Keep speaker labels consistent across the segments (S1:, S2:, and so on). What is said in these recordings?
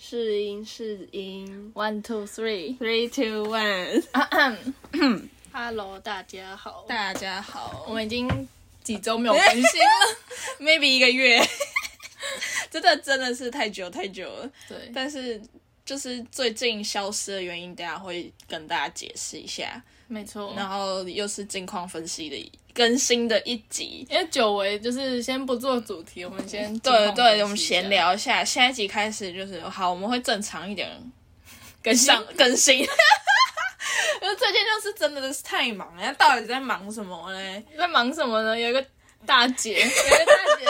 S1: 试音试音
S2: One two three，
S1: ，three two one，
S2: Hello，大家好。
S1: 大家好
S2: 我，们已经几周没有更新了，
S1: maybe 一个月， 真的真的是太久太久了，
S2: 对，
S1: 但是就是最近消失的原因，等一下会跟大家解释一下，
S2: 没错。
S1: 然后又是近况分析的一更新的一集。
S2: 因为久违，就是先不做主题，我们先
S1: 对
S2: 近
S1: 对，
S2: 况分析一下
S1: 我们闲。聊一下，下一集开始就是好，我们会正常一点 跟 上更新。因为最近就是真的是太忙了，到底在忙什么嘞？
S2: 在忙什么呢？有一个大姐，有一个大姐，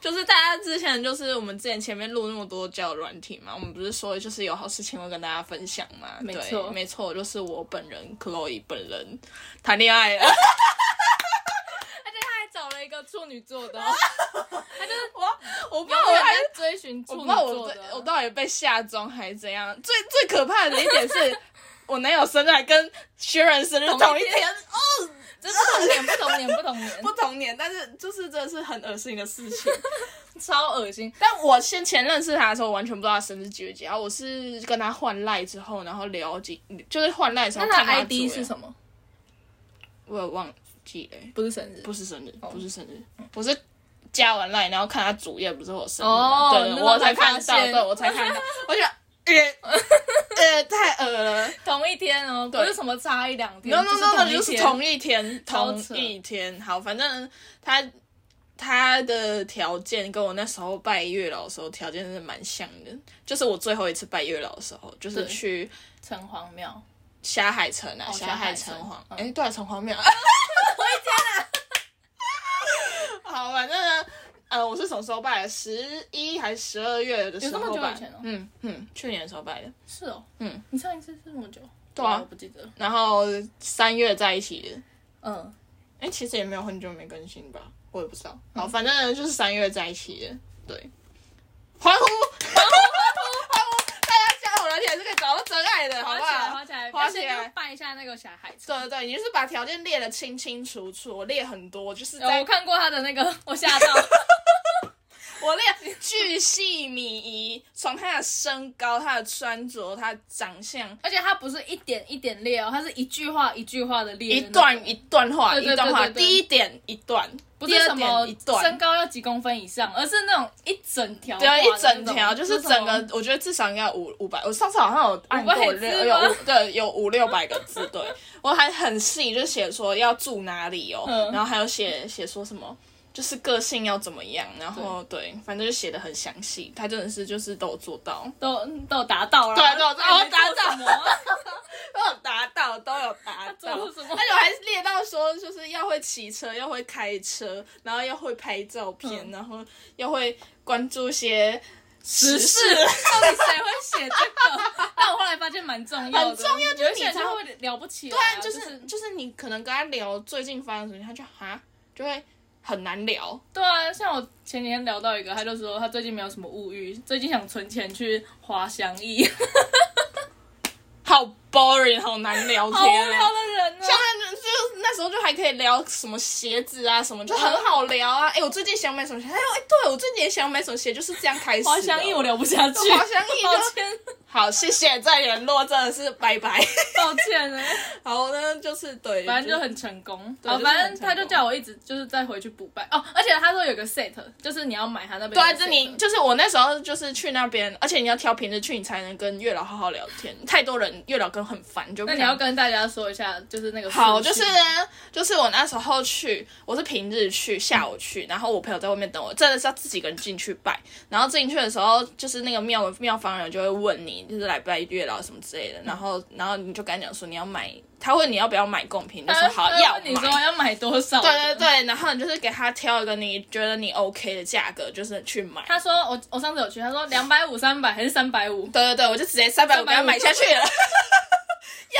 S1: 就是大家之前就是我们之前前面录那么多交友软体嘛，我们不是说就是有好事情会跟大家分享嘛？
S2: 没
S1: 对
S2: 错
S1: 没错，就是我本人 Chloe 本人谈恋爱了。
S2: 而且她还找了一个处女座的哦，
S1: 我我不知
S2: 然
S1: 道
S2: 后
S1: 我
S2: 我
S1: 还
S2: 还在追寻
S1: 我
S2: 处
S1: 不
S2: 女
S1: 知道我
S2: 座
S1: 被我
S2: 的。
S1: 到底被吓中还是怎样。最最可怕的一点是，我男友生日还跟薛仁生日同
S2: 同
S1: 一
S2: 一
S1: 天
S2: 天，
S1: 哦，
S2: 真的不同年，不同年，不同年
S1: 不，同年，但是就是这是很恶心的事情。
S2: 超恶心。
S1: 但我先前认识他的时候，完全不知道他生日几月几号。我是跟他换赖之后，然后了解，就是换赖的时候
S2: 那
S1: 看
S2: 她
S1: 他
S2: ID 是
S1: 么，
S2: 什么？
S1: 我也忘记了欸、
S2: 不是生日。
S1: 不是生日，
S2: 哦
S1: 不是生日，我是加完赖，然后看他主页不是我生日
S2: 哦
S1: 吗，
S2: 那
S1: 对，
S2: 时
S1: 我
S2: 候
S1: 才
S2: 才
S1: 看
S2: 发
S1: 到，
S2: 现
S1: 对我才 看到，我觉得。呃呃，太恶了。
S2: 同一天哦，不是什么差一两天
S1: no no no no，就
S2: 就是是同一天
S1: 同一天，
S2: 超
S1: 同
S2: 扯
S1: 一天。好，反正他他的条件跟我那时候拜月老的时候条件是蛮像的，就是我最后一次拜月老的时候，就是
S2: 对
S1: 去
S2: 城隍庙。
S1: 霞海城啊，
S2: 哦
S1: 霞海城
S2: 霞海城
S1: 隍，
S2: 嗯
S1: 哎、对、啊，城 隍庙。 好，反正呢，呃，我是什么时候拜的？十一还是十二月的时候
S2: 有这么久
S1: 拜
S2: 以前哦
S1: 嗯嗯，去年的时候拜的。
S2: 是哦，
S1: 嗯，
S2: 你上一次是多久？
S1: 对啊
S2: 我不记得了。
S1: 然后三月在一起的。
S2: 嗯，
S1: 哎、其实也没有很久没更新吧，我也不知道。
S2: 嗯
S1: 好，反正就是三月在一起的，对。欢呼，欢呼，欢呼，欢呼！大家加我来听还是可以找到真爱的，好
S2: 划
S1: 不
S2: 起来，
S1: 好
S2: 划？起来，
S1: 划起来
S2: 要先就办一下那个小海车。
S1: 对对对，你就是把条件列的清清楚楚，我列很多，就是
S2: 呃
S1: 在、
S2: 我看过他的那个，我吓 到。
S1: 我列巨细靡遗，从他的身高、他的穿着、他的长相，
S2: 而且他不是一点一点列哦，他是一句话一句话的列
S1: 一
S2: 的那种，
S1: 段一段话，
S2: 对对
S1: 一段话，
S2: 对对对
S1: 第一点一段，
S2: 不
S1: 第
S2: 是
S1: 二
S2: 什么
S1: 点一段，
S2: 身高要几公分以上，而是那种一整条话的那
S1: 对，啊
S2: 种，
S1: 一整条就是整
S2: 什么
S1: 个，我觉得至少应该有五五百。我上次好像有按过
S2: 500字
S1: 六有
S2: 吗
S1: 五对有五六百个字， 对我还很细，就写说要住哪里哦，
S2: 嗯
S1: 然后还有写写说什么。就是个性要怎么样，然后对，反正就写的很详细，他真的是就是都有做到，
S2: 都都有达到了，
S1: 对都有
S2: 他也没
S1: 哦达到
S2: 做什么，
S1: 都有达到，都有 达
S2: 做
S1: 到。
S2: 了什么
S1: 而且我还列到说，就是要会骑车，要会开车，然后要会拍照片，
S2: 嗯
S1: 然后要会关注一些时
S2: 事
S1: 事。
S2: 到底谁会写这个？ 但我后来发现蛮重要的，
S1: 很重要就是
S2: 哦有一些人
S1: 你
S2: 就
S1: 才
S2: 会了不起来
S1: 对啊
S2: 啊，，
S1: 就是是就是你可能跟他聊最近发生什么，他就哈就会很难聊。
S2: 对啊，像我前几天聊到一个，他就说他最近没有什么物欲，最近想存钱去滑翔翼，
S1: 好 boring，好难聊
S2: 好无
S1: 天
S2: 聊
S1: 啊。
S2: 的人呢、
S1: 像那就是那时候就还可以聊什么鞋子啊什么，就很好聊啊。哎、我最近想买什么鞋？哎呦，哎，对我最近也想买什么鞋，就是这样开始 的。
S2: 滑翔翼我聊不下去，
S1: 滑翔翼就
S2: 抱歉，
S1: 好，谢谢，再联络，真的是拜拜。
S2: 抱歉呢、
S1: 好，那就是 对，
S2: 反正就很成功。
S1: 对
S2: 好，
S1: 就是很
S2: 反正他就叫我一直就是再回去补办哦，而且他说有个 set，就是你要买他那边的
S1: 对啊，
S2: set。
S1: 就你就是我那时候就是去那边，而且你要挑平日去，你才能跟月老好好聊天。太多人月老跟很烦，就不
S2: 那你
S1: 想
S2: 要跟大家说一下，就是那个
S1: 好，就
S2: 顺
S1: 是
S2: 序
S1: 呢就是我那时候去，我是平日去，下午去，然后我朋友在外面等我，真的是要自己一个人进去拜。然后进去的时候，就是那个庙庙方人就会问你，就是来拜月老什么之类的，然后然后你就跟他讲说你要买，他问你要不要买贡品，你就说
S2: 他
S1: 好
S2: 他
S1: 要
S2: 问你说
S1: 买。
S2: 要买多少？
S1: 对对。对，然后你就是给他挑一个你觉得你 OK 的价格，就是去买。
S2: 他说我我上次有去，他说两百五、三百还是三百五？
S1: 对对对，我就直接三百五给他买下去了。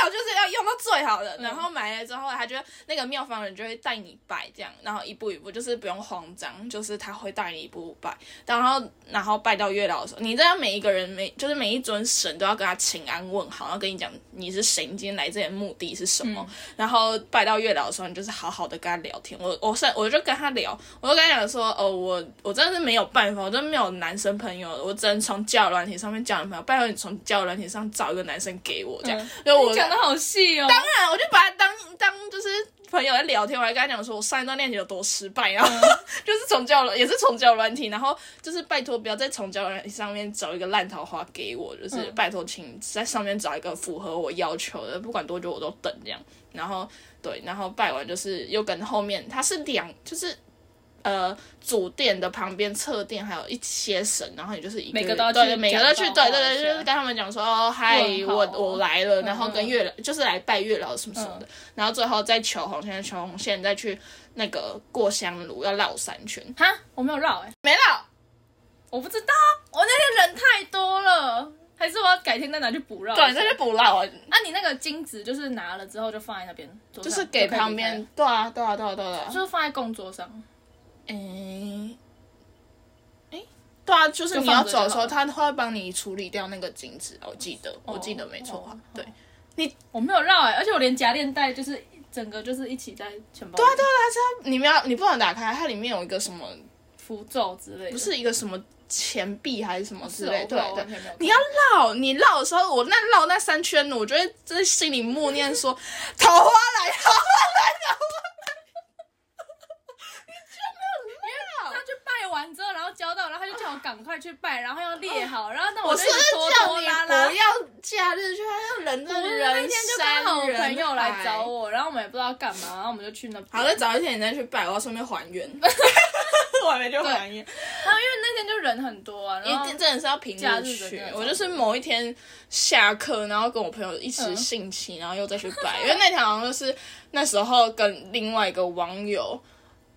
S1: 要就是要用到最好
S2: 嗯
S1: 的。然后买了之后，他就那个妙方人就会带你拜这样，然后一步一步就是不用慌张，就是他会带你一步步拜。然后然后拜到月老的时候，你这样每一个人每就是每一尊神都要跟他请安问好，然后跟你讲你是谁，你今天来这里的目的是什
S2: 嗯
S1: 么。然后拜到月老的时候，你就是好好的跟他聊天。我我是我就跟他聊，我就跟他讲说，哦，我我真的是没有办法，我真的没有男生朋友，我只能从交友软体上面交男朋友，拜托你从交友软体上找一个男生给我这样。
S2: 嗯
S1: 就我
S2: 你讲的好细哦，
S1: 当然，我就把他当当就是朋友在聊天，我还跟他讲说我上一段恋情有多失败，然后、
S2: 嗯
S1: 就是从交友也是从交友软体，然后就是拜托不要在从交友软体上面找一个烂桃花给我，就是
S2: 嗯
S1: 拜托请在上面找一个符合我要求的，不管多久我都等这样。然后对，然后拜完就是又跟后面它是两就是。呃，主殿的旁边侧殿还有一些神，然后你就是一个
S2: 每个都要
S1: 对
S2: 去
S1: 对，每个
S2: 讲
S1: 都要去
S2: 到
S1: 对对
S2: 话
S1: 对，
S2: 一
S1: 就
S2: 下
S1: 是跟他们讲说哦，嗨，
S2: 问好
S1: 我我来了，然后跟
S2: 嗯
S1: 月老就是来拜月老什么什么的，然后最后再求红线，求红线再去那个过香炉要绕三圈，
S2: 哈，我没有绕哎、
S1: 没绕。
S2: 我不知道，我那天人太多了，还是我要改天再拿去补绕一下。
S1: 对，那就不绕啊，
S2: 啊，你那个金子就是拿了之后就放在那边，桌
S1: 就
S2: 上
S1: 是给旁，
S2: 就可以
S1: 边
S2: 离。
S1: 对啊，对啊，对啊，对啊对
S2: 开
S1: 啊。
S2: 就是放在供桌上。
S1: 诶，诶对啊，就是
S2: 就
S1: 你要
S2: 放着就
S1: 走的时候，
S2: 好了
S1: 他会帮你处理掉那个金子，我记得，我记得没错
S2: 哦
S1: 啊
S2: 哦，
S1: 对。
S2: 我没有绕哎、而且我连夹链带就是整个就是一起在钱包。
S1: 对啊，对啊，它是你们要你不能打开，它里面有一个什么，
S2: 符咒之类的。
S1: 啊不是一个什么钱币还是什么之类，
S2: 哦
S1: 对对。
S2: 对
S1: 你要绕，你绕的时候，我那绕那三圈，我就会在心里默念 说：“桃花来，桃花来，桃花来。”
S2: 他去拜完之后，然后交到，然后他就叫我赶快去拜，然后要列好，然后那
S1: 我
S2: 就是一直
S1: 不
S2: 拖
S1: 是叫
S2: 拖
S1: 你
S2: 拉拉
S1: 不。要假日去，还要人
S2: 我
S1: 的
S2: 是
S1: 人
S2: 那天就刚好我朋友来找。
S1: 山人海
S2: 我，然后我们也不知道干嘛，然后我们就去那边。
S1: 好，再早一天你再去拜，我要顺便还 原。我还没去还原，
S2: 然后因为那天就人很多啊，然
S1: 因
S2: 后
S1: 为真的是要平
S2: 假
S1: 日
S2: 日的
S1: 去
S2: 那。种
S1: 我就是某一天下课，然后跟我朋友一
S2: 嗯
S1: 时兴起，然后又再去拜，因为那天好像就是那时候跟另外一个网友。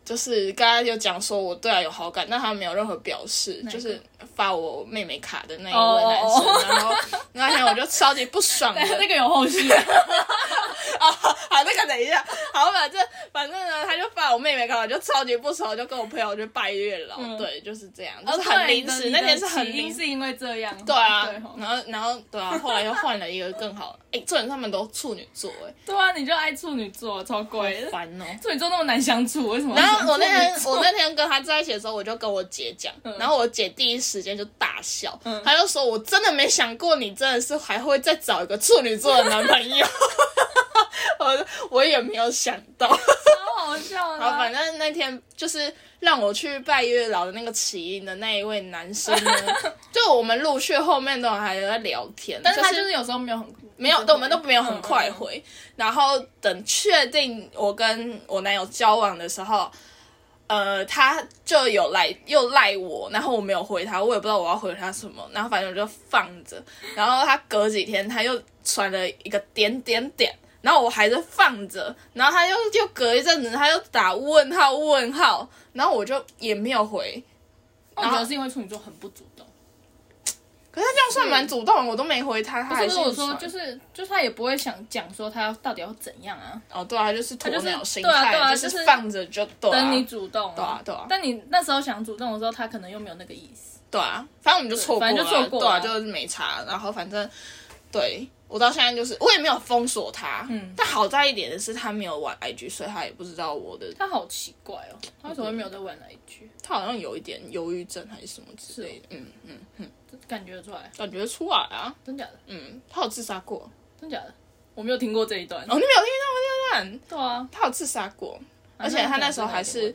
S1: 就是刚才有讲说我对他有好感，但他没有任何表示，
S2: 哪一个
S1: 就是发我妹妹卡的那一位男生
S2: 哦哦
S1: 然后那天我就超级不爽的，
S2: 那个有后 续，
S1: 哦，好，那个等一下，好，反正反正呢，他就发我妹妹看，我就超级不熟，就跟我朋友去拜月老，
S2: 嗯
S1: 对，就是这样，就是很临时，那天是很临
S2: 临
S1: 时，
S2: 是因为这样，
S1: 对啊
S2: 对，哦
S1: 然后然后对啊，后来又换了一个更好， 哎、这人他们都处女座、
S2: 对啊，你就爱处女座，超贵
S1: 哎，，烦哦、
S2: 处女座那么难相处，为什么要
S1: 然
S2: 相处处
S1: 后我
S2: 女座？
S1: 那天我那天跟他在一起的时候，我就跟我姐讲，然后我姐第一时间就大笑，
S2: 嗯
S1: 她就说：“我真的没想过你真的是还会再找一个处女座的男朋友。” 我我也没有想 到。
S2: 超 好笑的
S1: 好，
S2: 啊，
S1: 反正那天就是让我去拜月老的那个起因的那一位男生 呢，就我们陆续后面都还有在聊天，
S2: 但是他
S1: 就哦
S2: 就是有时候没有很
S1: 没有，对我们都没有很快回。然后等确定我跟我男友交往的时候，呃，他就有来又赖我，然后我没有回他，我也不知道我要回他什么，然后反正我就放着。然后他隔几天他又传了一个点点点。然后我还是放着，然后他又又隔一阵子，他又打问号问号，然后我就也没有回。
S2: 我觉得是因为处女座很不主动。
S1: 可是他这样算蛮主动的，我都没回他，他
S2: 不是
S1: 还
S2: 不
S1: 是
S2: 是我说，
S1: 传
S2: 就是就是他也不会想讲说他要到底要怎样啊，
S1: 哦，对啊，就是鸵
S2: 就是
S1: 鸟心
S2: 对啊
S1: 态，
S2: 对啊
S1: 就
S2: 就是是
S1: 放着就对啊
S2: 等你主动
S1: 对啊对啊
S2: 但你那时候想主动的时候，他可能又没有那个意思。
S1: 对啊，反正我们就错过了啊，
S2: 反正就错过
S1: 对啊，
S2: 了
S1: 就是没差。然后反正对我到现在就是我也没有封锁他，嗯，但好在一点的是他没有玩 IG，所以他也不知道我的，
S2: 他好奇怪哦，他为什么没有在玩那一句？
S1: 他好像有一点忧郁症还是什么之
S2: 哦
S1: 类的，嗯，
S2: 这感觉得出来，
S1: 感觉出来啊，
S2: 真假的，
S1: 嗯，他有自杀过，哦，
S2: 真假的，我没有听过这一段
S1: 你。没有听到吗？这段
S2: 对啊，
S1: 他有自杀过，而且他那时候还是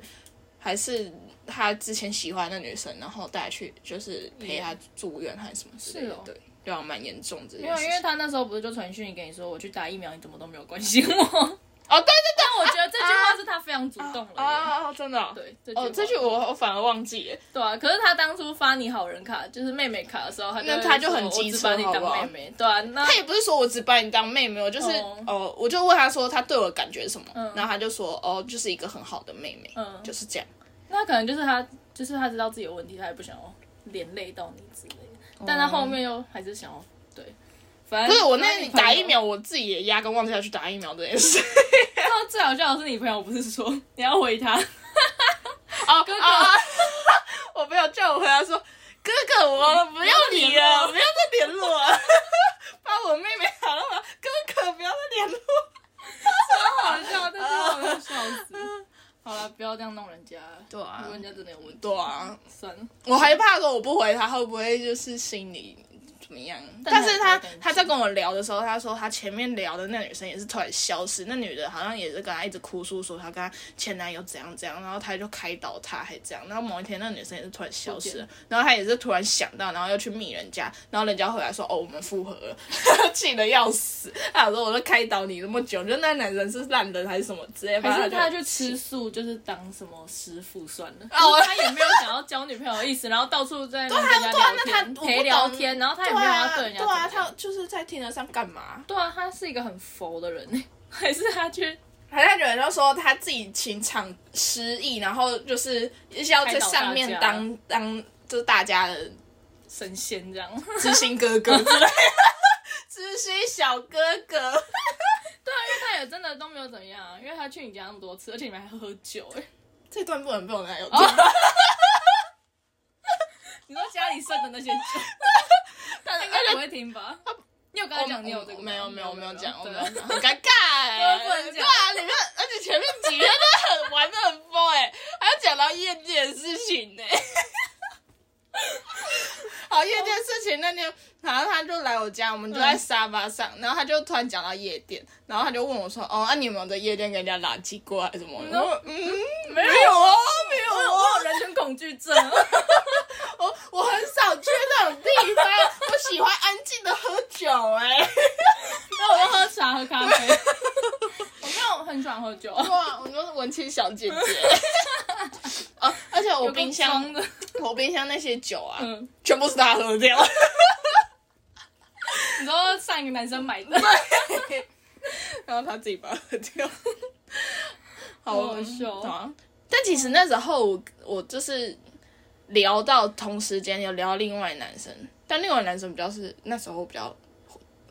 S1: 还是他之前喜欢的女生，然后带她去就是陪她住院还是什么之类的，
S2: 是哦
S1: 对，对啊，蛮严重这
S2: 没
S1: 件
S2: 有，
S1: 事
S2: 因为
S1: 情。
S2: 他那时候不是就传讯息跟你说我去打疫苗，你怎么都没有关心我。
S1: 哦，对对
S2: 但我觉得这句话是他非常主动
S1: 对，
S2: 了耶。
S1: 啊，真的哦，
S2: 对，这句话
S1: 哦，这句我我反而忘记了。
S2: 对啊，可是他当初发你好人卡，就是妹妹卡的时候，他就
S1: 那
S2: 会
S1: 他就
S2: 说
S1: 很
S2: 我
S1: 机
S2: 只
S1: 车
S2: 把你
S1: 好
S2: 当
S1: 不好
S2: 妹妹，对啊，那
S1: 他也不是说我只把你当妹妹，我就是
S2: 哦
S1: 哦，我就问他说他对我的感觉是什么，然后他就说哦，就是一个很好的妹妹，
S2: 嗯
S1: 就是这样。
S2: 那可能就是他，就是他知道自己有问题，他也不想要连累到你之类的，但他后面又还是想要对反正
S1: 哦不是我那
S2: 然后
S1: 天
S2: 朋友
S1: 打疫苗，我自己也压根忘记要去打疫苗这件事。
S2: 然后最好笑的是你朋友不是说 你要回他，
S1: 哦
S2: 哥
S1: 哦， 我朋友叫我回来说：“哥哥，我不要你了，不要再联络了， 把我妹妹好了吗？哥哥，不要再联络。
S2: 超好笑，但是我要笑死。 好了，不要这样弄人家。”
S1: 对啊
S2: 如果人家真的有问题，
S1: 对啊，
S2: 算了。
S1: 我还怕说我不回他会不会就是心里怎么样？但
S2: 但
S1: 是
S2: 是
S1: 他
S2: 他很
S1: 他在跟我聊的时候，他说他前面聊的那女生也是突然消失，那女的好像也是跟他一直哭诉说她跟她前男友怎样怎样，然后他就开导她还这样，然后某一天那女生也是突然消失了，然后他也是突然想到，然后又去密人家，然后人家回来说哦我们复合了，气得要死，他想说我都开导你那么久，就那男人是烂人还是什么之类，反
S2: 还
S1: 正
S2: 是他
S1: 就
S2: 就啊吃素，就是当什么师傅算 了。
S1: 哦
S2: 就是他也没有想要交女朋友的意 思，然后到处在那边跟人家
S1: 对啊
S2: 聊
S1: 那他我
S2: 天、
S1: 不
S2: 陪聊
S1: 懂
S2: 天，然后他也
S1: 对
S2: 没有要
S1: 啊
S2: 对人家
S1: 对
S2: 怎么
S1: 啊，
S2: 样。
S1: 他就是在听得上干嘛？
S2: 对啊，他是一个很佛的人， 还是他去
S1: 好像有人就说他自己情场失意，然后就是就是要在上面当当就是大家的
S2: 神仙这样？
S1: 知心哥哥之类的，知心小哥哥。
S2: 啊他也真的都没有怎么样啊，因为他去你家那么多次，而且你们还喝酒哎、
S1: 这段不能被我男友听，
S2: 你说家里剩的那些 酒，
S1: 但是
S2: 应该
S1: 而
S2: 不
S1: 且
S2: 会听吧？你有跟他讲你哦有这个
S1: 没有没有没有讲，我没
S2: 对
S1: 有讲，很尴尬哎、
S2: 对不能讲
S1: 对啊，你们而且前面几个都很玩的很疯哎、还要讲到业界的事情呢、好，夜店事情那天，然后他就来我家，我们就在沙发上，然后他就突然讲到夜店，然后他就问我说：“哦，那、你有没有在夜店跟人家垃圾过还是什么？”我说：“嗯，
S2: 没
S1: 没有啊，没有
S2: 我有
S1: 啊，
S2: 我有人群恐惧症，
S1: 我我很少去那种地方，我喜欢安静的喝酒、哎，
S2: 那我就喝茶喝咖啡， 我没有很喜欢喝酒，
S1: 哇，我就是文青小姐姐。 哦，而且我
S2: 有
S1: 冰箱，
S2: 的，
S1: 我冰箱那些酒啊，
S2: 嗯，
S1: 全部是他喝掉。
S2: 你知道上一个男生买的，
S1: 然后他自己把它喝 掉，
S2: 好好笑
S1: 对啊但其实那时候我我就是聊到同时间有聊到另外男生，但另外男生比较是那时候比较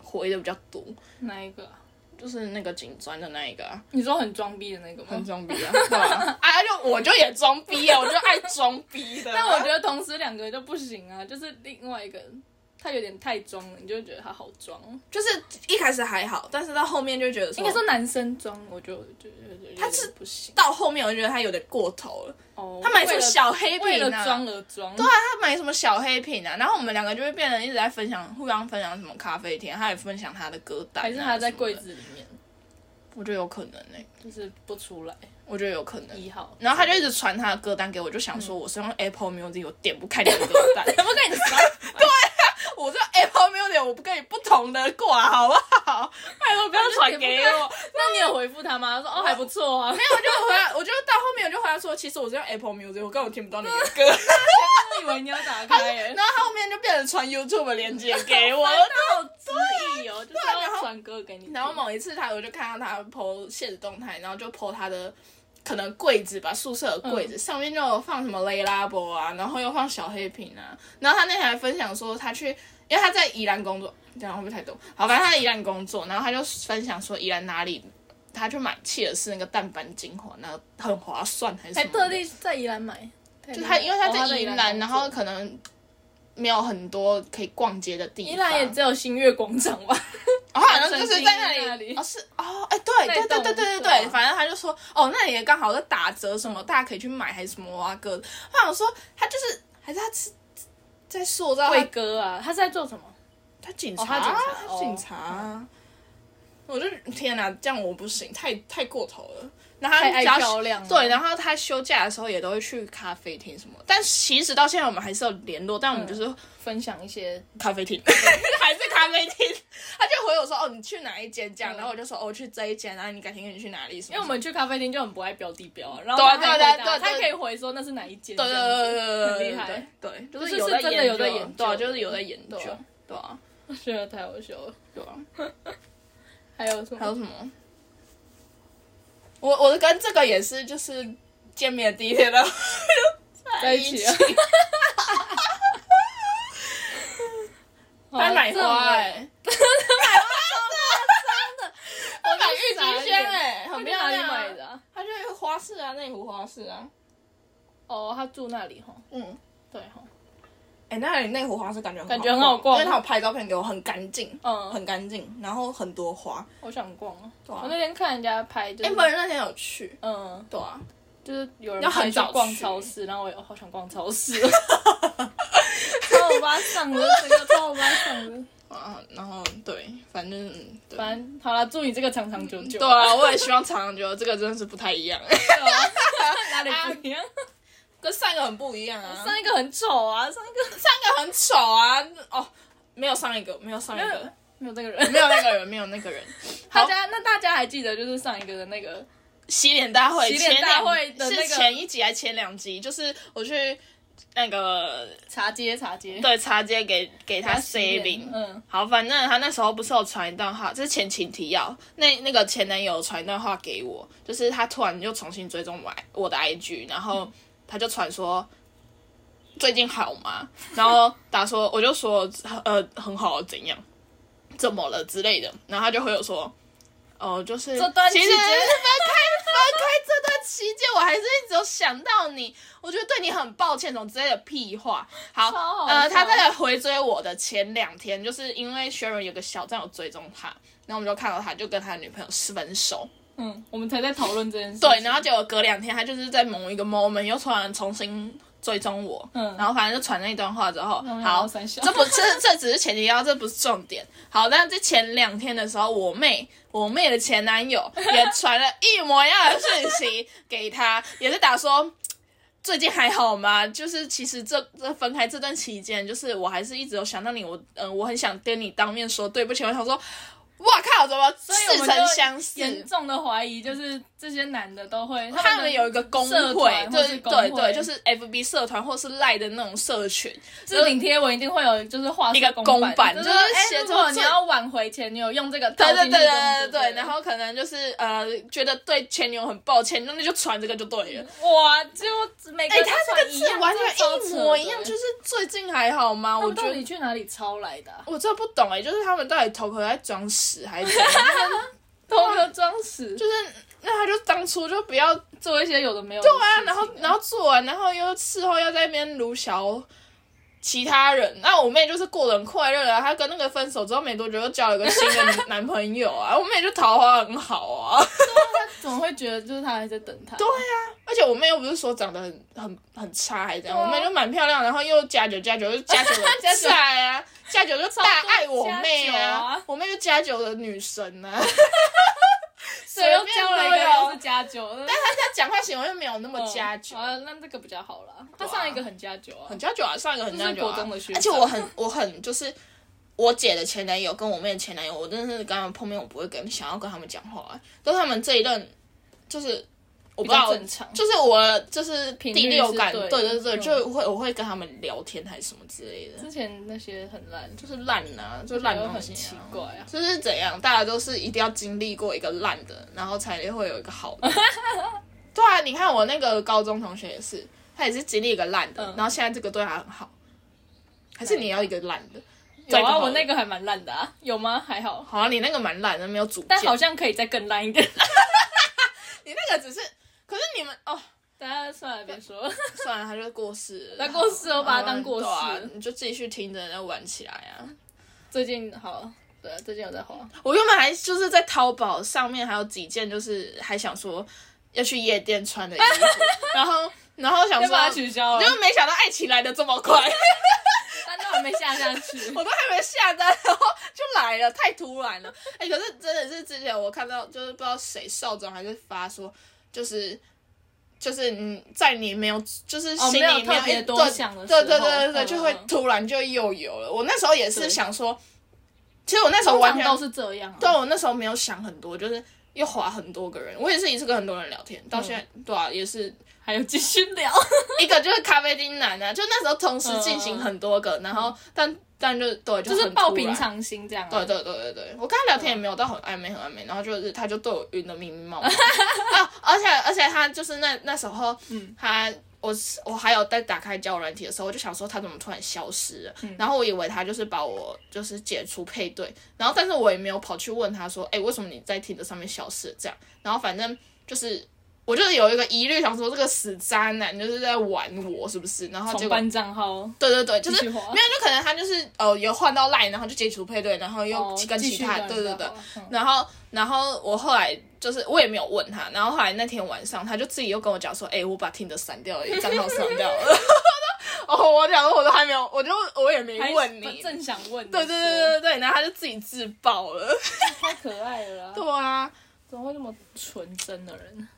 S1: 回的比较多，
S2: 哪一个啊？
S1: 就是那个警专的那一个啊，
S2: 你说很装逼的那个吗
S1: 很？装逼啊，对啊，啊就我就也装逼啊，我就爱装逼的啊。
S2: 但我觉得同时两个就不行啊，就是另外一个他有点太装了，你就会觉得他好装。哦
S1: 就是一开始还好，但是到后面就觉得
S2: 应该说男生装，我就就就就
S1: 他是
S2: 不行
S1: 到后面我就觉得他有点过头了，
S2: 哦。
S1: 他买什
S2: 为
S1: 么
S2: 了
S1: 小黑
S2: 为
S1: 瓶
S2: 了
S1: 啊？
S2: 装而装，
S1: 对啊，他买什么小黑瓶啊，然后我们两个就会变成一直在分享，互相分享什么咖啡厅，他也分享他的歌单、
S2: 还是他在柜？子里面，
S1: 我觉得有可能呢、
S2: 就是不出来
S1: 我觉得有可能。
S2: 一 号。
S1: 然后他就一直传他的歌单给我，就想
S2: 嗯
S1: 说我是用 Apple Music，我点不开你的歌 单，
S2: 怎么跟你装？
S1: 我是用 Apple Music，我不跟你不同的挂，好不好？拜 托不要传给
S2: 点
S1: 我。
S2: 那你有回复他吗？他说哦还不错 啊，没
S1: 我就回来，我就到后面我就回答说，其实我是用 Apple Music，我根本听不到你的 歌。
S2: 有，以为你要打开耶。
S1: 然后他后面就变成传 YouTube 的链接给我，
S2: 他好哦质疑哦，就是要传歌给你听。
S1: 啊然后某一次他，我就看到他 PO 现实动态，然后就 PO 他的可能柜子吧，宿舍
S2: 嗯
S1: 的柜子、上面就有放什么雷拉波啊，然后又放小黑瓶啊，然后他那天还分享说他去，因为他在宜兰工作，这样会不会太多？好，反正他在宜兰工作，然后他就分享说宜兰哪里。他去买切尔西那个淡斑精华，然后很划算还是什
S2: 还
S1: 么的？
S2: 特地在宜兰买，
S1: 就他，因为他在宜兰，
S2: 哦
S1: 然后可能没有很多可以逛街的地 方。
S2: 宜兰也只有新月广场 吧。
S1: 哦，好像就是在
S2: 神经
S1: 那
S2: 那
S1: 里，
S2: 里
S1: 哦是哦，哎、对对对对对对
S2: 那一
S1: 对，
S2: 栋
S1: 反正他就说，哦那里也刚好在打折什么，大家可以去买还是什么啊哥，我想说他就是还是他是在塑 造
S2: 贵
S1: 他
S2: 哥啊，他是在做什么？
S1: 他警察，
S2: 哦他警察哦
S1: 他警察啊我就天哪，这样我不行，太太过头了。然后他
S2: 太爱
S1: 只要
S2: 漂亮了
S1: 对，然后他休假的时候也都会去咖啡厅什么，但其实到现在我们还是有联络，
S2: 嗯
S1: 但我们就是
S2: 分享一些
S1: 咖 啡厅，还是咖啡厅。他就回我说：“哦，你去哪一间这样？”
S2: 嗯
S1: 然后我就说：“哦，我去这一间。”然后你改天你去哪里？什么
S2: 因为我们去咖啡厅就很不爱标地标啊，然后
S1: 对啊
S2: 他还
S1: 对啊
S2: 回答
S1: 对啊对啊
S2: 他可以回说那是哪一间，
S1: 对对啊
S2: 这样子
S1: 对对对，
S2: 很厉害
S1: 对，对就
S2: 就是是
S1: 有
S2: 是真的有在
S1: 研
S2: 研究
S1: 对啊，就是有在研究
S2: 对啊，
S1: 对啊，
S2: 我觉得太好笑 了。
S1: 对啊。
S2: 还有什么？
S1: 还有什么？我我跟这个也是，就是见面第一 天的
S2: 在一起啊他 欸
S1: 他买花哎、郁金香哎、
S2: 他
S1: 很
S2: 去
S1: 漂
S2: 哪里
S1: 亮、啊。
S2: 买的啊？
S1: 它就是花市啊，内湖花市啊。
S2: 哦，他住那里吼，
S1: 嗯，
S2: 对吼，
S1: 哎、那里内湖花市感觉
S2: 感觉很好逛
S1: 因为他有拍照片给我，很干净，
S2: 嗯
S1: 很干净，然后很多花。
S2: 我想逛啊。
S1: 啊
S2: 我那天看人家拍，就
S1: 哎、
S2: 是
S1: 本人那天有去，
S2: 嗯，
S1: 对啊，
S2: 就是有人
S1: 要很
S2: 拍去
S1: 早
S2: 逛
S1: 去
S2: 超市，然后我也哦好想逛超 市，超我巴上的，整个超我巴上的。
S1: 啊，然后对，反正嗯 对
S2: 反正好了，祝你这个长长久久。
S1: 对啊，我也希望长长久久，这个真的是不太一样，
S2: 啊 哪里不一样？
S1: 跟上一个很不一样啊。上
S2: 上一个很丑啊， 上一个
S1: 一个很丑啊，哦，没有上一个，没有上一
S2: 没
S1: 个
S2: 有，没有这个人。
S1: 没有那个人，没有那个人。
S2: 大
S1: 好，
S2: 家那大家还记得就是上一个的那个
S1: 洗脸大会，
S2: 洗脸
S1: 前
S2: 大
S1: 两
S2: 会的那
S1: 是
S2: 个
S1: 前一集还是前两集？就是我去那个
S2: 茶街茶街，
S1: 对茶街给哎给他
S2: 洗脸
S1: saving，
S2: 嗯，
S1: 好，反正他那时候不是有传一段话，这是前情提要。那那个前男友传一段话给我，就是他突然又重新追踪我我的 IG，然后他就传说最近好吗？ 然后打说我就说呃很好，怎样，怎么了之类的，然后他就会有说。哦，就是
S2: 这段
S1: 其实
S2: 期
S1: 分
S2: 间
S1: 开分开这段期间，我还是一直有想到你，我觉得对你很抱歉，什么之类的屁话。好，
S2: 超好
S1: 呃，
S2: 笑
S1: 他在在回追我的前两天，就是因为 Sharon 有个小站有追踪他，然后我们就看到他就跟他女朋友分手，
S2: 嗯，我们才在讨论这件事。
S1: 对，然后结果隔两天他就是在某一个 moment 又突然重新追踪我，
S2: 嗯
S1: 然后反正就传那一段话之后，
S2: 嗯然
S1: 好
S2: 后，三小
S1: 这不这这只是前提要，这不是重点。好，但是前两天的时候，我妹我妹的前男 友也传了一模一样的讯息给他，也是打说。最近还好吗？就是其实这这分开这段期间，就是我还是一直有想到你，我嗯、我很想跟你当面说对不起。我想说，哇靠，怎么
S2: 所以我
S1: 似
S2: 们
S1: 曾
S2: 就
S1: 相识？
S2: 严重的怀疑，就是这些男的都会，
S1: 他们有一个工
S2: 社
S1: 会，
S2: 团
S1: 就
S2: 或
S1: 是
S2: 是工
S1: 对
S2: 会
S1: 对，就是 FB 社团或是赖的那种社群，
S2: 置顶贴文一定会有，就是画出
S1: 一个公版
S2: 版，
S1: 就是
S2: 是哎
S1: 写
S2: 如果
S1: 出
S2: 你要挽回前女友，用这 个
S1: 对
S2: 套
S1: 对
S2: 进去
S1: 对
S2: 就
S1: 对对
S2: 是
S1: 对，然后可能就是呃，觉得对前女友很抱歉，那就传这个就对了。
S2: 哇，就每个
S1: 哎、
S2: 人
S1: 他
S2: 都
S1: 这
S2: 嗯
S1: 个
S2: 穿一
S1: 字
S2: 样
S1: 完
S2: 这超
S1: 全一
S2: 扯
S1: 模
S2: 的欸
S1: 一样，就是最近还好吗？
S2: 他
S1: 我
S2: 们
S1: 觉
S2: 到
S1: 得
S2: 底去哪里抄来的啊？
S1: 我真的不懂哎、就是他们到底头壳在装屎还是怎样？
S2: 偷个装死，
S1: 就是那他就当初就不要对
S2: 做一些有的没有的事情。对欸
S1: 啊，然后然后做完，然后又事后要在那边撸小。其他人，那我妹就是过得很快乐啊。她跟那个分手之后没多久，又交了一个新的男朋友啊。我妹就桃花很好啊。
S2: 怎么会觉得就是他还在等他？
S1: 对啊，而且我妹又不是说长得很很很差还是怎样，
S2: 对
S1: 我
S2: 啊
S1: 妹就蛮漂亮，然后又加九加九，就 加九的
S2: 加九
S1: 菜啊，加九就大爱我妹
S2: 加九
S1: 啊，
S2: 啊
S1: 我妹就加九的女神 啊，
S2: 所以又交了一
S1: 随便都
S2: 个
S1: 有
S2: 又是加九，但
S1: 但她讲话行为又没有那么加九。
S2: 啊，那这个比较好啦。他上一个很加九啊
S1: 很，加九啊，上一个很加
S2: 这
S1: 九
S2: 是国
S1: 啊
S2: 中的学，长
S1: 而且我很我很就是我姐的前男友跟我妹的前男友，我真的是跟他们碰面，我不会跟想要跟他们讲话、啊，都是他们这一任就是我
S2: 比
S1: 不知道
S2: 较正常。
S1: 就是我就是第
S2: 频率
S1: 六
S2: 是
S1: 感，对
S2: 对的
S1: 对对，
S2: 嗯
S1: 就会我会跟他们聊天还是什么之类的，
S2: 之前那些很烂，就
S1: 就是烂啊，就烂东
S2: 很
S1: 西、啊、
S2: 奇怪啊。
S1: 就是怎样，大家都是一定要经历过一个烂的，然后才会有一个好的。 对啊，你看我那个高中同学也是，他也是经历一个烂的，
S2: 嗯
S1: 然后现在这个对他很好。还是你要一个烂的？
S2: 有啊，
S1: 好
S2: 我那个还蛮烂的啊，有吗？还好，
S1: 好啊，你那个蛮烂的，没有主见。
S2: 但好像可以再更烂一点。
S1: 你那个只是，可是你们 哦，
S2: 大家算了，别说了。
S1: 算了，他就过世了。
S2: 他过世我把他当过世
S1: 嗯对啊，你就继续听着，那玩起来啊。
S2: 最近好，对，最近有在滑。
S1: 我原本还就是在淘宝上面还有几件，就是还想说要去夜店穿的衣服， 然后然后想
S2: 要
S1: 说
S2: 把它取消啊了
S1: 结，果没想到爱情来的这么快，
S2: 但都还没下下去。
S1: 我都还没下单，然后就来了，太突然了。哎、可是真的是之前我看到，就是不知道谁少总还是发说，就是就是你在你没有，就是
S2: 哦
S1: 心
S2: 没有
S1: 里没有
S2: 特别
S1: 一
S2: 多
S1: 对
S2: 想的时
S1: 对
S2: 候
S1: 对对对对，
S2: 嗯
S1: 就会
S2: 嗯
S1: 突然就又有了。我那时候也是
S2: 对
S1: 想说，其实我那时候
S2: 通
S1: 完
S2: 常
S1: 全
S2: 都是这样啊。
S1: 对我那时候没有想很多，就是又划很多个人，我也是一次跟很多人聊天，到现在、
S2: 嗯
S1: 对啊，也是
S2: 还有继续聊。
S1: 一个就是咖啡厅男啊，就那时候同
S2: 嗯
S1: 时进行很多个，然后但但就对， 就
S2: 就
S1: 很
S2: 是抱
S1: 突然
S2: 平。常心这样、啊。
S1: 对对对对对，我跟他聊天也没有到很暧昧很暧昧，然后就 是
S2: 嗯
S1: 他就对我晕的迷迷茫茫，啊，而且而且他就是那那时候，他我是我还有在打开交友软体的时候，我就想说他怎么突然消失了，
S2: 嗯
S1: 然后我以为他就是把我就是解除配对，然后但是我也没有跑去问他说，哎、为什么你在听的上面消失了这样？然后反正就是我就是有一个疑虑，想说这个死渣男就是在玩我是不是？然后结
S2: 重
S1: 果
S2: 办账号，
S1: 对对对，就
S2: 继
S1: 是
S2: 续滑
S1: 没有，就可能他就是呃有换到 line，然后就解除配对，然后又
S2: 哦
S1: 跟
S2: 继
S1: 其
S2: 续
S1: 他、
S2: 跟人
S1: 对对
S2: 家
S1: 对
S2: 滑，嗯
S1: 然后然后我后来就是我也没有问他，然后后来那天晚上他就自己又跟我讲说，哎、我把 Tinder 删掉了， 账号删掉了。哦，我讲说我都还没有，我就我也没
S2: 还
S1: 问
S2: 我
S1: 你。
S2: 嗯正想问你说，
S1: 对对对对对，然后他就自己自爆了。
S2: 太可爱了啦，
S1: 对啊，
S2: 怎么会这么纯真的人？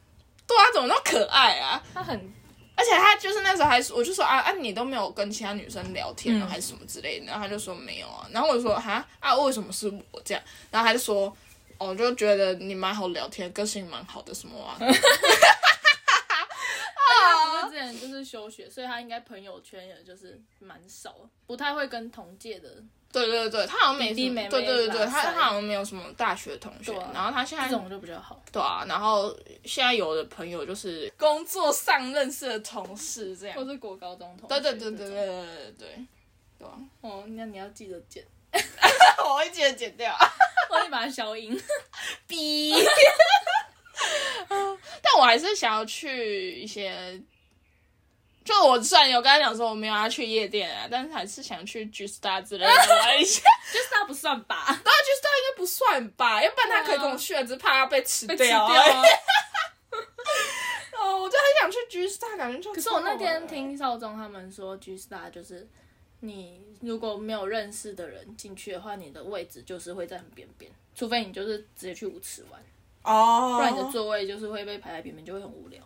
S1: 对啊，怎么那么可爱啊？
S2: 他很
S1: 而且他就是那时候还说，我就说啊啊，你都没有跟其他女生聊天啊，
S2: 嗯
S1: 还是什么之类的，然后他就说没有啊，然后我就说哈啊，为什么是我这样？然后他就说，哦，我就觉得你蛮好聊天，个性蛮好的什么 啊，
S2: 他不是之前就是休学，所以他应该朋友圈也就是蛮少，不太会跟同届的
S1: 对对对，他好像没什么
S2: 弟弟妹妹
S1: 对对对对，
S2: 拉
S1: 他
S2: 塞
S1: 他好像没有什么大学同学，
S2: 对啊
S1: 然后他现在
S2: 这种就比较好。
S1: 对啊，然后现在有的朋友就是工作上认识的同事这样
S2: 或，是国高中同学
S1: 对对
S2: 这种
S1: 对对对对对对， 对啊，
S2: 哦，那你要记得剪，
S1: 我会记得剪 掉。
S2: 我得把它消音。
S1: 逼。 但我还是想要去一些，就我虽然有跟他讲说我没有要去夜店啊，但是还是想去 G Star 之类的玩 一下。
S2: 就是他不算 吧，
S1: 当然 G Star 应该不算吧，要不然他可以跟我去了，只是怕他被吃
S2: 被吃
S1: 掉
S2: 掉
S1: 啊。
S2: 啊。
S1: 哦，我就很想去 G Star，感觉就
S2: 可是我那
S1: 啊
S2: 天听少宗他们说，G Star 就是你如果没有认识的人进去的话，你的位置就是会在很边边，除非你就是直接去舞池玩，
S1: 哦，
S2: 不然你的座位就是会被排在边边，就会很无聊。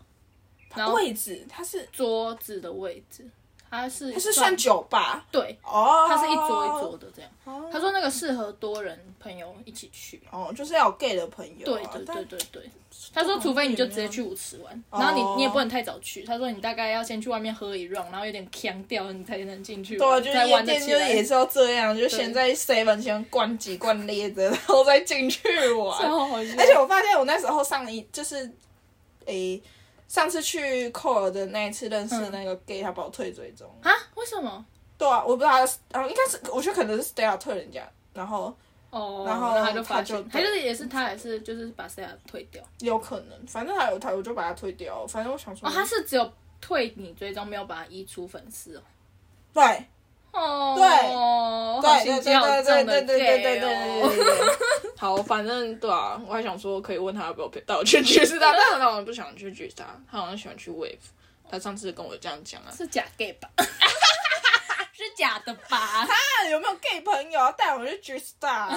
S2: 然后
S1: 位置它是
S2: 桌子的位置，它是
S1: 它是算酒吧
S2: 对，
S1: 哦，
S2: 它是一桌一桌的这样。
S1: 哦
S2: 他说那个适合多人朋友一起去。
S1: 哦，就是要有 gay 的朋友啊，
S2: 对对对
S1: 但
S2: 对对，他说除非你就直接去舞池玩，然后你你也不能太早去。他说你大概要先去外面喝一 round，然后有点腔掉，你才能进去
S1: 对啊，
S2: 玩，
S1: 就是
S2: 才
S1: 夜
S2: 玩得
S1: 店
S2: 起
S1: 就是也
S2: 来。
S1: 是要这样，就先在 seven 先灌几罐烈的，然后再进去玩。
S2: 超好笑
S1: 而且我发现我那时候上一就是，诶、上次去寇尔的那一次认识
S2: 嗯
S1: 的那个 gay，、他把我退追踪。
S2: 啊？为什么？
S1: 对啊，我不知道他，啊，应该是我觉得可能是 Stella 退人家，然后
S2: 哦，
S1: 然后
S2: 他就发
S1: 他就
S2: 现，他就是也是他也是就是把 s t e l 退掉。
S1: 有可能，反正还有他，我就把他退掉。反正我想说，
S2: 哦，他是只有退你追踪，没有把他移除粉丝哦。
S1: 对
S2: 哦，
S1: 对
S2: 好
S1: 对
S2: 心
S1: 对
S2: 机好
S1: 对对
S2: 重
S1: 对
S2: 的
S1: 对对对
S2: gay
S1: 对
S2: 哦。
S1: 对。好，反正对啊，我还想说可以问他要不要带我去巨石大，但他好像不想去巨石大，他好像喜欢去 Wave。他上次跟我这样讲啊，
S2: 是假 gay 吧？是假的吧？
S1: 那有没有 gay 朋友要带我去 G Star？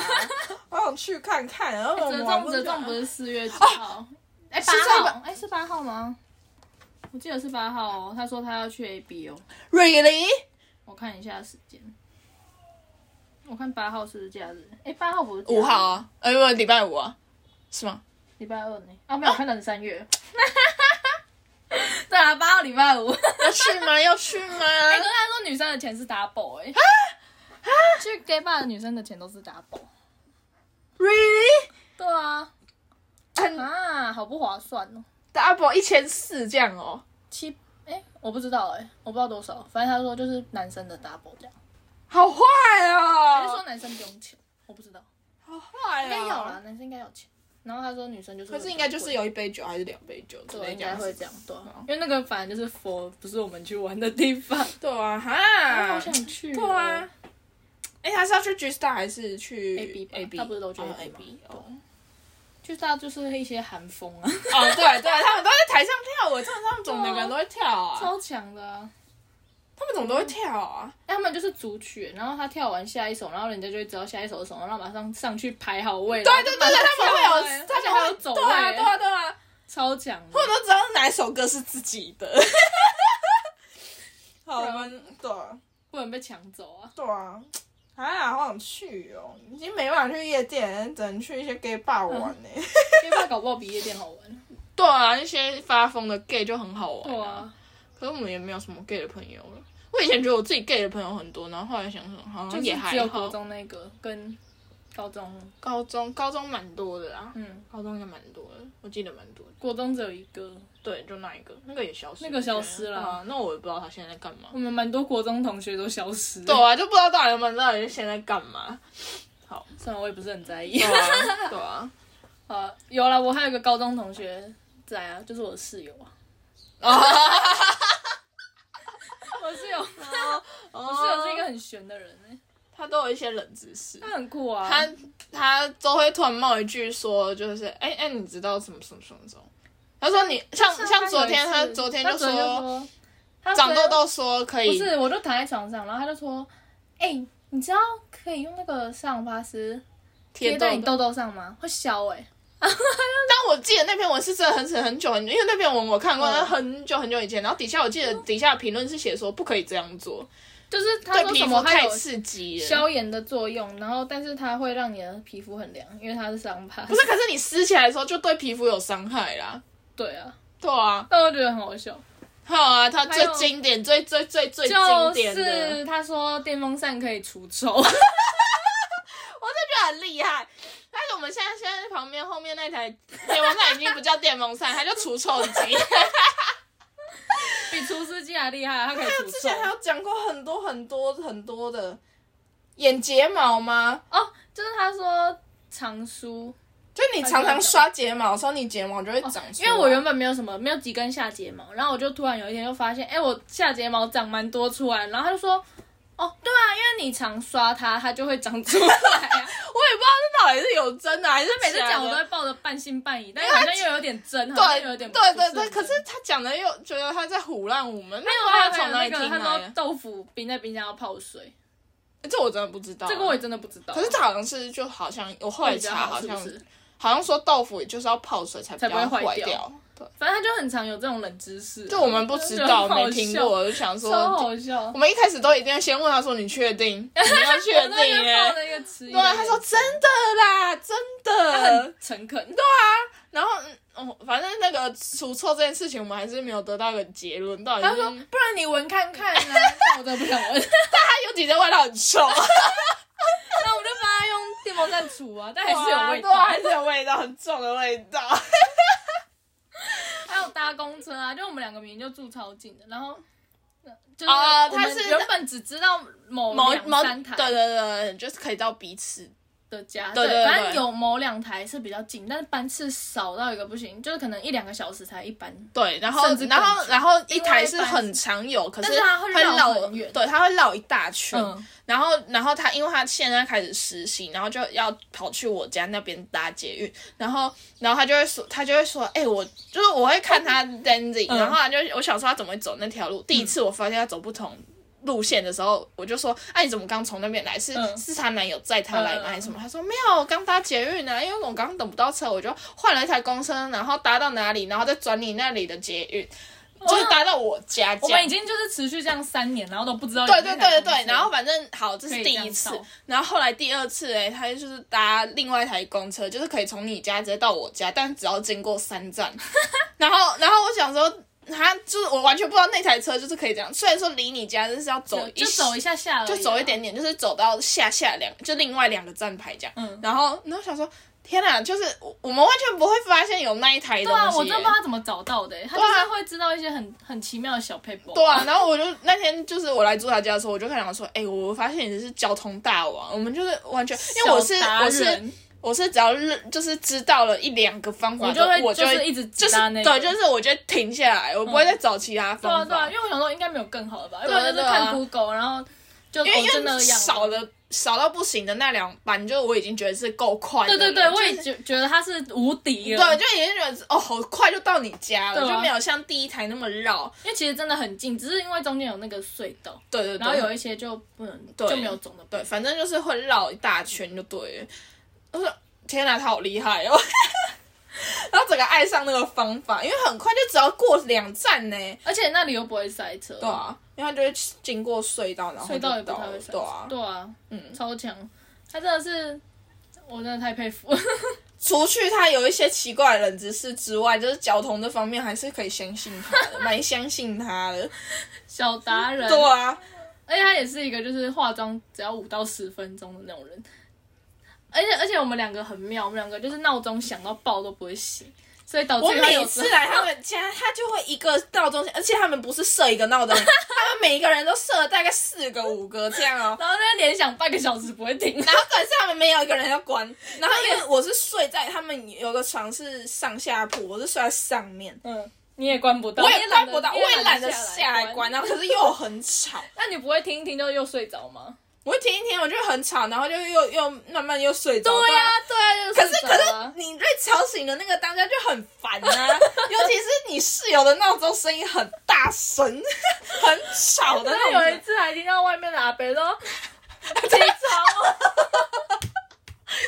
S1: 我想去看看。然后我
S2: 折
S1: 们玩
S2: 中
S1: 不哦
S2: 折
S1: 久
S2: 中不是四月几号？哎、
S1: 是这
S2: 八、
S1: 个
S2: 号？哎、是八号吗？我记得是八号哦。他说他要去 A B O，
S1: really？
S2: 我看一下时间。我看八号是不是假日？哎、八号不是假日
S1: 五号？啊，呃，不，礼拜五啊，是吗？
S2: 礼拜二呢？啊，没有，我看到是三 月。对啊，八号礼拜五。哎、
S1: 要去吗？要去吗？
S2: 可是他说女生的钱是 double 哎、
S1: 啊
S2: 去 gay bar 的女生的钱都是 double。
S1: really？
S2: 对啊，
S1: 很
S2: 啊，好不划算哦。
S1: double 一千四这样哦。
S2: 七哎、我不知道哎、我不知道多少，反正他说就是男生的 double 这样，
S1: 好坏
S2: 还是说
S1: 哦，
S2: 男生不用钱？我不知道，
S1: 好坏哦，
S2: 应该有啦，男生应该有钱。然后他说女生就是，
S1: 可是应该就是有一杯酒还是两杯酒之
S2: 对，
S1: 类
S2: 应
S1: 这
S2: 该
S1: 样子
S2: 会这样对啊，因为那个反正就是佛，不是我们去玩的地方。
S1: 对啊，
S2: 我
S1: 哈
S2: 哎好，想去、哦
S1: 对啊。，哎、他是要去 G Star 还是去
S2: A B 吧
S1: A B？
S2: 他不是都去
S1: 哦
S2: A
S1: A
S2: B
S1: B 哦。
S2: 就是他就是一些韩风啊，
S1: 哦，对对，他们都在台上跳舞，真的，他们怎么每个人都会跳啊？
S2: 超强的啊。
S1: 他们怎么都会跳啊？
S2: 哎他们就是组曲，然后他跳完下一首，然后人家就会知道下一首是什么，然后马上上去排好位。
S1: 对对对对，他们会有，
S2: 他
S1: 他
S2: 们
S1: 们
S2: 会
S1: 会
S2: 有走位，
S1: 对啊对啊对啊，
S2: 超强的。
S1: 我都知道哪一首歌是自己的。 好，我们对啊
S2: 不能被抢走啊！
S1: 对啊，啊，好想去哦，已经没办法去夜店，只能去一些 gay bar 玩
S2: 嗯
S1: 呢、
S2: 因为怕搞不好比夜店好 玩。
S1: 对啊，一些发疯的 gay 就很好玩、
S2: 对啊，
S1: 可是我们也没有什么 gay 的朋友了。我以前觉得我自己 gay 的朋友很多，然后后来想想，好
S2: 就
S1: 像
S2: 是
S1: 也还
S2: 只有
S1: 好
S2: 国。中那个跟高中
S1: 高中高中蛮多的啦，
S2: 嗯，
S1: 高中也蛮多的，我记得蛮多的。
S2: 国中只有一个，
S1: 对，就那一个，那个也消失，
S2: 那个消失了嗯
S1: 啊。那我也不知道他现在在干嘛
S2: 我。们蛮多国中同学都消失了。
S1: 对啊，就不知道到底他们到底是现在干嘛。
S2: 虽然我也不是很在意
S1: 对。啊，对啊。
S2: 呃，有了，我还有一个高中同学在啊，就是我的室友 啊。
S1: 哦
S2: 我室友，我室
S1: 我
S2: 友是一个很悬的人哎、
S1: 哦他都有一些冷知识，
S2: 他很酷啊。
S1: 他他都会突然冒一句说，就是哎哎、你知道什么什么什么什么？他说你像像昨天他
S2: 有一次
S1: 昨天
S2: 他
S1: 就
S2: 昨天就
S1: 说
S2: 说他
S1: 长痘
S2: 昨
S1: 痘说可
S2: 天
S1: 以
S2: 不是，我就躺在床上，然后他就说，哎、你知道可以用那个上巴斯贴
S1: 贴痘
S2: 在你
S1: 痘，
S2: 痘痘上吗？会消哎、
S1: 但我记得那篇文是真的很很很久很久，因为那篇文我看过，
S2: 嗯
S1: 那很久很久以前。然后底下我记得底下的评论是写说不可以这样做，
S2: 就是他
S1: 对
S2: 说
S1: 皮
S2: 什
S1: 肤
S2: 么它
S1: 太
S2: 有
S1: 刺激了。
S2: 消炎的作用，然后但是它会让你的皮肤很凉，因为它是上巴
S1: 不
S2: 斯。
S1: 是，可是你撕起来的时候就对皮肤有伤害啦。
S2: 对啊，
S1: 对啊，
S2: 但我觉得很好笑。
S1: 还有啊，它
S2: 还
S1: 最
S2: 有
S1: 经典、最最最最经
S2: 就
S1: 典的，
S2: 是他说电风扇可以除 臭，
S1: 就很厉害。但是我们现在现在旁边后面那台电风扇已经不叫电风 扇，它叫除臭机。
S2: 比除湿机还厉害，它可以除
S1: 之
S2: 臭
S1: 前。还有啊讲过很多很多很多的眼睫毛吗？
S2: 哦，就是他说常梳，
S1: 就你常常刷睫毛的时候，你睫毛就会长出
S2: 哦因
S1: 来、
S2: 为我原本没有什么，没有几根下睫毛，然后我就突然有一天就发现，哎、我下睫毛长蛮多出来，然后他就说，哦，对啊，因为你常刷它，它就会长出来、啊。
S1: 我也不知道这到底是有真的还是
S2: 每次
S1: 假
S2: 讲我都
S1: 的
S2: 会抱着半信半疑，但是好像又有点真，好像
S1: 对
S2: 又有点不
S1: 对对
S2: 很
S1: 对，
S2: 真
S1: 可是他讲的又觉得他在唬烂我们，没啊
S2: 还有还有
S1: 他从哪
S2: 那
S1: 里
S2: 个
S1: 听
S2: 他
S1: 来
S2: 说
S1: 的？
S2: 豆腐冰在冰箱要泡水，
S1: 这我真的不知道啊、
S2: 这个我也真的不知道。
S1: 可是这好像是就好像我后来
S2: 比较
S1: 查好
S2: 好是
S1: 像
S2: 不是？
S1: 好像说豆腐就是要泡水才比
S2: 才
S1: 较
S2: 不会
S1: 坏
S2: 坏掉
S1: 对，
S2: 反正他就很常有这种冷知识啊、
S1: 就我们不知
S2: 就
S1: 道
S2: 很好
S1: 没听
S2: 笑，
S1: 过，就想
S2: 超
S1: 说
S2: 好笑
S1: 我。们一开始都一定要先问他说你确 定？你要确
S2: 我那
S1: 定
S2: 边
S1: 耶
S2: 抱？着一个迟疑
S1: 对，啊
S2: 的眼神，
S1: 他说真的啦，真
S2: 他
S1: 的
S2: 很。诚恳，
S1: 啊然后嗯，哦，反正那个除臭这件事情，我们还是没有得到一个结论，到底
S2: 他
S1: 是
S2: 说
S1: 啊
S2: 不然你闻看看 啊，但嗯我真的不想闻，
S1: 他有几件味道很臭，
S2: 那我就帮他用电风扇除啊， 但还是有味
S1: 对啊
S2: 道。
S1: 还是有味道，很重的味道。
S2: 还有搭公车啊，就我们两个明明就住超近的，然后。呃就是
S1: 哦
S2: 我们
S1: 他是
S2: 原本只知道某
S1: 某
S2: 两
S1: 某
S2: 三台
S1: 对对对，就是可以到彼此。
S2: 的家，
S1: 对对对
S2: 反正有某两台是比较近，但是班次少到一个不行，就是可能一两个小时才一班。
S1: 对，然后
S2: 甚至更
S1: 然后然后一
S2: 因为
S1: 台是
S2: 班
S1: 很常有，可
S2: 但是它会
S1: 会
S2: 绕
S1: 绕
S2: 很远
S1: 对，它会绕一大圈。
S2: 嗯，
S1: 然后，然后他因为他现在开始实习，然后就要跑去我家那边搭捷运，然后，然后他就会说，他就会说，哎、我就是我会看他 Danzy，、
S2: 嗯
S1: 然后他就我想说他怎么会走那条路。第一次我发现他走不同路线的时候，我就说，哎、你怎么刚从那边来？是、
S2: 嗯
S1: 是她男友载她来吗？
S2: 嗯嗯嗯
S1: 还是什么？他说没有，我刚搭捷运啊，因为我刚等不到车，我就换了一台公车，然后搭到哪里，然后再转你那里的捷运，就是搭到我家这
S2: 我
S1: 样
S2: 们已经就是持续这样三年，然后都不知道有
S1: 对
S2: 那
S1: 对
S2: 台
S1: 对对
S2: 公
S1: 对，
S2: 车
S1: 然后反正好，这
S2: 可
S1: 是
S2: 以
S1: 第
S2: 这
S1: 一
S2: 样
S1: 次
S2: 到，
S1: 然后后来第二次哎、他就是搭另外一台公车，就是可以从你家直接到我家，但只要经过 三站。然后然后我想说，他就是我完全不知道那台车就是可以这样，虽然说离你家就是要走一
S2: 就走一下下而已啊，
S1: 就走一点点，就是走到下下两就另外两个站牌这样。
S2: 嗯
S1: 然后然后想说，天哪，就是我我们完全不会发现有那一台
S2: 对
S1: 东西、
S2: 啊，我真的
S1: 哎
S2: 不知道他怎么找到的欸，他就是会知道一些很很奇妙的小 paper。
S1: 对啊，然后我就那天就是我来住他家的时候，我就看他说，哎、我发现你是交通大王，我们就是完全，因为我是
S2: 小达
S1: 我是
S2: 人
S1: 我是只要认就是知道了一两个方法，
S2: 你就会
S1: 我就
S2: 就是
S1: 会
S2: 一直
S1: 就
S2: 知
S1: 是
S2: 道那个
S1: 对，就是我就会停下来，我不会再找其他
S2: 对啊
S1: 方
S2: 对
S1: 法，
S2: 啊，因为我想说应该没有更好的吧，因
S1: 对
S2: 为
S1: 啊
S2: 我就是
S1: 对啊
S2: 看 Google，然后就
S1: 因为
S2: 哦真的
S1: 因为
S2: 养
S1: 少了少到不行的那两班，就是我已经觉得是够快的
S2: 对对
S1: 了，
S2: 对，我
S1: 就
S2: 也
S1: 是
S2: 觉觉得他是无敌了。
S1: 对，就已经觉得哦，好快就到你家了，
S2: 对啊
S1: 就没有像第一台那么绕。
S2: 因为其实真的很近，只是因为中间有那个隧道，
S1: 对对对，
S2: 然后有一些就不能
S1: 对
S2: 就没有总的
S1: 对，反正就是会绕一大圈就对了。我说天哪，他好厉害哦！ 然后整个爱上那个方法，因为很快就只要过两站呢。
S2: 而且那里又不会塞车，
S1: 对啊，因为他就会经过隧道，然后
S2: 隧道也
S1: 就
S2: 不
S1: 到
S2: 太
S1: 了
S2: 会塞车，
S1: 对啊，
S2: 对啊，
S1: 嗯
S2: 超强，他真的是，我真的太佩 服了，
S1: 除去他有一些奇怪的冷知识之外，就是交通这方面还是可以相信他 的，蛮相信他的。
S2: 小达人，
S1: 对啊，
S2: 而且他也是一个就是化妆只要五到十分钟的那种人。而且而且我们两个很妙，我们两个就是闹钟响到爆都不会醒，所以导致
S1: 我
S2: 于他
S1: 每
S2: 有时候
S1: 次来他们家，他就会一个闹钟，而且他们不是设一个 闹钟，他们每一个人都设了大概四个五个这样哦。
S2: 然后在那边连响半个小时不会停，
S1: 然后可是他们没有一个人要 关，然后因为我是睡在他们有个床是上下铺，我是睡在上面，
S2: 嗯， 你也关不到，
S1: 我也
S2: 你
S1: 关
S2: 懒
S1: 不到，我也懒得下来关，。然后可是又很吵，
S2: 啊 那你不会听一听就又睡着吗？
S1: 我会听一听，我就很吵，然后就又又慢慢又睡着。啊
S2: 对啊呀、对呀、就
S1: 可是
S2: 睡
S1: 可
S2: 着
S1: 是
S2: 啊
S1: 你被吵醒的那个当下就很烦 啊，尤其是你室友的闹钟声音很大声， 很吵的
S2: 然后
S1: 那
S2: 有一
S1: 种。
S2: 次还听到外面的阿伯 说：“起床了！”外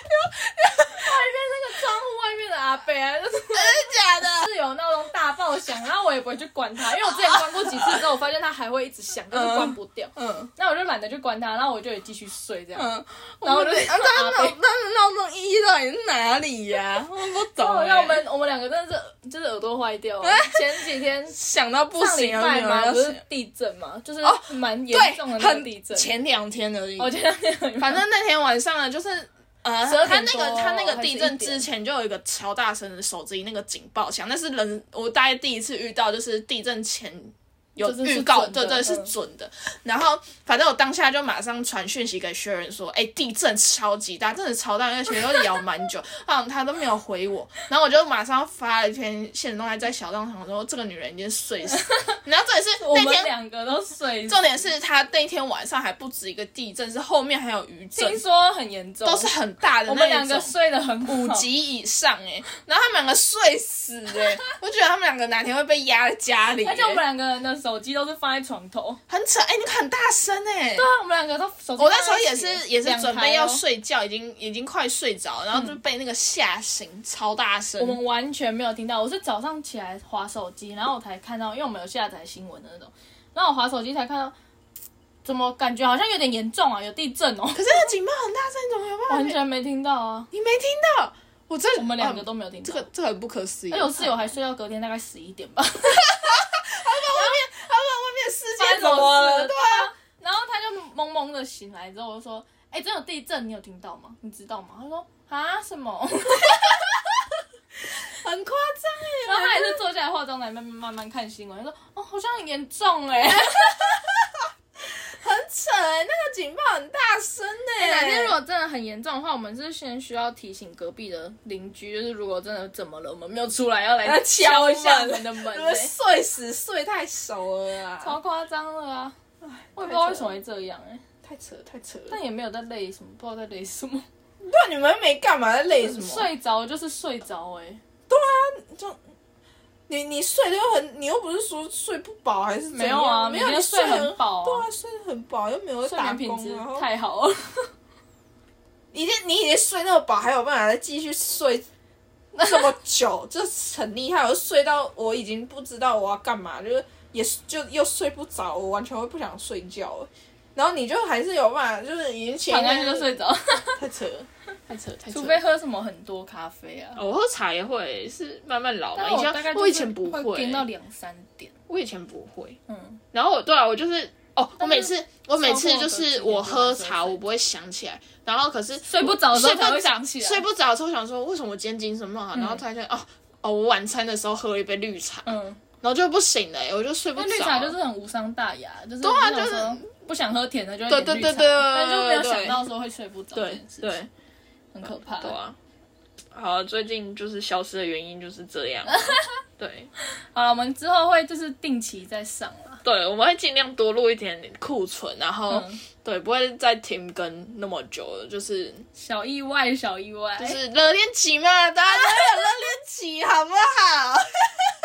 S2: 面那个窗户外面的阿伯啊，就是
S1: 真的假的？
S2: 室友闹钟大爆响，然后我也不会去管它，因为我之前关过几次之后，我发现它还会一直响，就是关不掉。
S1: 嗯
S2: 那我就懒得去管它，然后我就也继续睡这样。
S1: 嗯，
S2: 然后我就
S1: 他 的闹他的闹钟意义到底是哪里呀、我不懂、
S2: 哦，
S1: 欸。
S2: 让我们我们两个真的是就是耳朵坏掉了。前几天
S1: 想到嗯 不
S2: 上礼
S1: 行啊，
S2: 拜
S1: 没有人
S2: 嘛，
S1: 要
S2: 不是
S1: 醒
S2: 地震嘛，就是
S1: 哦
S2: 蛮严重的
S1: 对，
S2: 那个地震哦
S1: 很。前两天而已。
S2: 我觉得那个
S1: 反正那天晚上呢，就是呃，
S2: 12点
S1: 他
S2: 哦
S1: 那
S2: 多
S1: 个他那个
S2: 还是
S1: 地
S2: 1
S1: 震
S2: 点
S1: 之前就有一个超大声的手机那个警报响，那是人我大概第一次遇到，就是地震前。有
S2: 就是是
S1: 预告，
S2: 准的
S1: 对对是
S2: 嗯
S1: 准的。然后反正我当下就马上传讯息给薛仁说，哎，地震超级大，真的超大，因为其实都摇蛮久， 好像他都没有回我。然后我就马上发了一篇现实动态在小账上说，这个女人已经 睡死。然后重点是
S2: 我
S1: 那
S2: 们
S1: 天
S2: 两个都睡着
S1: 重。点是他那天晚上还不止一个地震，是后面还有余震
S2: 听，说很严重，
S1: 都是很大的
S2: 我
S1: 那
S2: 们
S1: 一
S2: 两个
S1: 种。
S2: 睡得很好
S1: 五。级以上哎、然后他们两个睡死哎、 我觉得他们两个哪天会被压在家里、欸，
S2: 而且我们两个人的手机都是放在床头，
S1: 很扯哎、你很大声哎、
S2: 对啊，我们两个都手机。
S1: 我那时候也是也是准
S2: 哦
S1: 备要，睡觉，已经已经快睡着，然后就被那个吓醒，超大声
S2: 我。们完全没有听到。我是早上起来划手机，然后我才看到，因为我们有下载新闻的那种，然后我划手机才看到，怎么感觉好像有点严重啊，有地震哦，
S1: 可是那警报很大声，你怎么有办法
S2: 完
S1: 没？
S2: 全没听到啊，
S1: 你没听到？我这
S2: 我们两个
S1: 啊
S2: 都哎没有听到。
S1: 这个这个很不可思议。
S2: 而且我室友还睡到隔天大概十一点吧，
S1: 他们外面世
S2: 发生什
S1: 界怎么
S2: 么
S1: 了？
S2: 事
S1: 对
S2: 对
S1: 啊，
S2: 啊，然后他就懵懵的醒来之后，我就说：“哎、真有地震，你有听到吗？你知道吗？”他说：“啊，什么？”
S1: 很夸张哎。
S2: 然后他也是坐下来化妆台，慢慢慢慢看新闻。他说：“哦，好像很严重哎、
S1: 很扯哎、那个警报很大声哎、
S2: 哪天如果真的很严重的话，我们是先需要提醒隔壁的邻居，就是如果真的怎么了，我们没有出来要来
S1: 要敲
S2: 敲一下
S1: 门
S2: 我们的门、
S1: 你们
S2: 欸，
S1: 睡呃死睡太熟了啊！
S2: 超夸张了啊！我也不知道为什么会这样哎、
S1: 太扯了太扯了。
S2: 但也没有在累什么，不知道在累什 么。
S1: 那你们没干嘛，在累什么？啊
S2: 睡着就是睡着哎、
S1: 就你你睡的又很，你又不是说睡不饱还是怎样
S2: 没有啊
S1: 没有
S2: 每天
S1: 你
S2: 睡
S1: 很
S2: 很饱啊
S1: 对啊，睡得很饱，又没有在
S2: 睡
S1: 打
S2: 眠品
S1: 工，啊
S2: 质
S1: 然后
S2: 太好了。
S1: 已经你已经睡那么饱，还有办法再继 续睡这么久，这很厉害。我睡到我已经不知道我要干嘛，就是也就又睡不着，我完全会不想睡觉了。然后你就还是有办法，就是已经前
S2: 躺
S1: 一
S2: 下
S1: 天
S2: 去就睡着，
S1: 太扯了，太扯了，太扯了。
S2: 除非喝什么很多咖啡啊。
S1: 哦我喝茶也会，是慢慢老嘛。
S2: 但
S1: 以
S2: 我
S1: 前
S2: 大概就是
S1: 我以前
S2: 会
S1: 不
S2: 盯到
S1: 会，
S2: 两三点，
S1: 我以前不会。
S2: 嗯，
S1: 然后我对啊，我就是哦，我
S2: 但是
S1: 每次我每次
S2: 超过了
S1: 就
S2: 几
S1: 是
S2: 点就
S1: 我喝
S2: 会睡
S1: 茶，我不会想起来。然后可是
S2: 睡不着的时候
S1: 睡不
S2: 才会想起来，
S1: 睡不着的时候想说，为什么我今天精神那么好？然后突然间哦哦，我晚餐的时候喝了一杯绿茶，
S2: 嗯，
S1: 然后就不醒了、欸我就睡不
S2: 那
S1: 着。
S2: 绿茶就是很无伤大雅，就是
S1: 对啊
S2: 你想说
S1: 就
S2: 不想喝甜的就会
S1: 对
S2: 点绿
S1: 对
S2: 茶，
S1: 对对
S2: 但就没有
S1: 对
S2: 想到说会睡不着这
S3: 对
S2: 件事情，
S3: 对
S2: 很可怕。
S3: 对啊。好，啊最近就是消失的原因就是这 样。对
S2: 好了，我们之后会就是定期再上啦。
S3: 对，我们会尽量多录一点库存，然后、
S2: 嗯
S3: 对不会再停更那么久了，就是
S2: 小意外，小意外，就
S3: 就是热恋期嘛，大家都有热恋 期，好不好？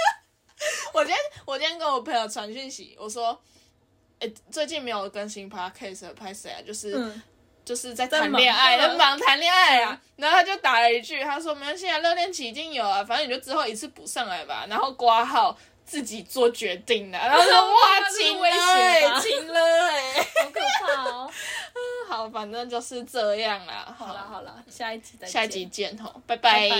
S3: 我今天我今天跟我朋友传讯息，我说，哎、最近没有更新 podcast，拍谁啊？就是、
S2: 嗯，
S3: 就是在
S2: 在
S3: 谈
S2: 忙
S3: 恋爱，
S2: 对嗯
S3: 在忙谈恋爱啊。然后他就打了一句，他说没关系啊，热恋期已经有了，反正你就之后一次补上来吧。然后挂号自己做决定的。然后 说哇，
S2: 这是
S3: 亲了
S2: 威胁
S3: 欸，
S2: 吧
S3: 亲了哎、欸。
S2: 好可怕哦。
S3: 好，反正就是这样啦。
S2: 好啦好啦，下一集再见
S3: 下一集见吼，
S2: 拜拜。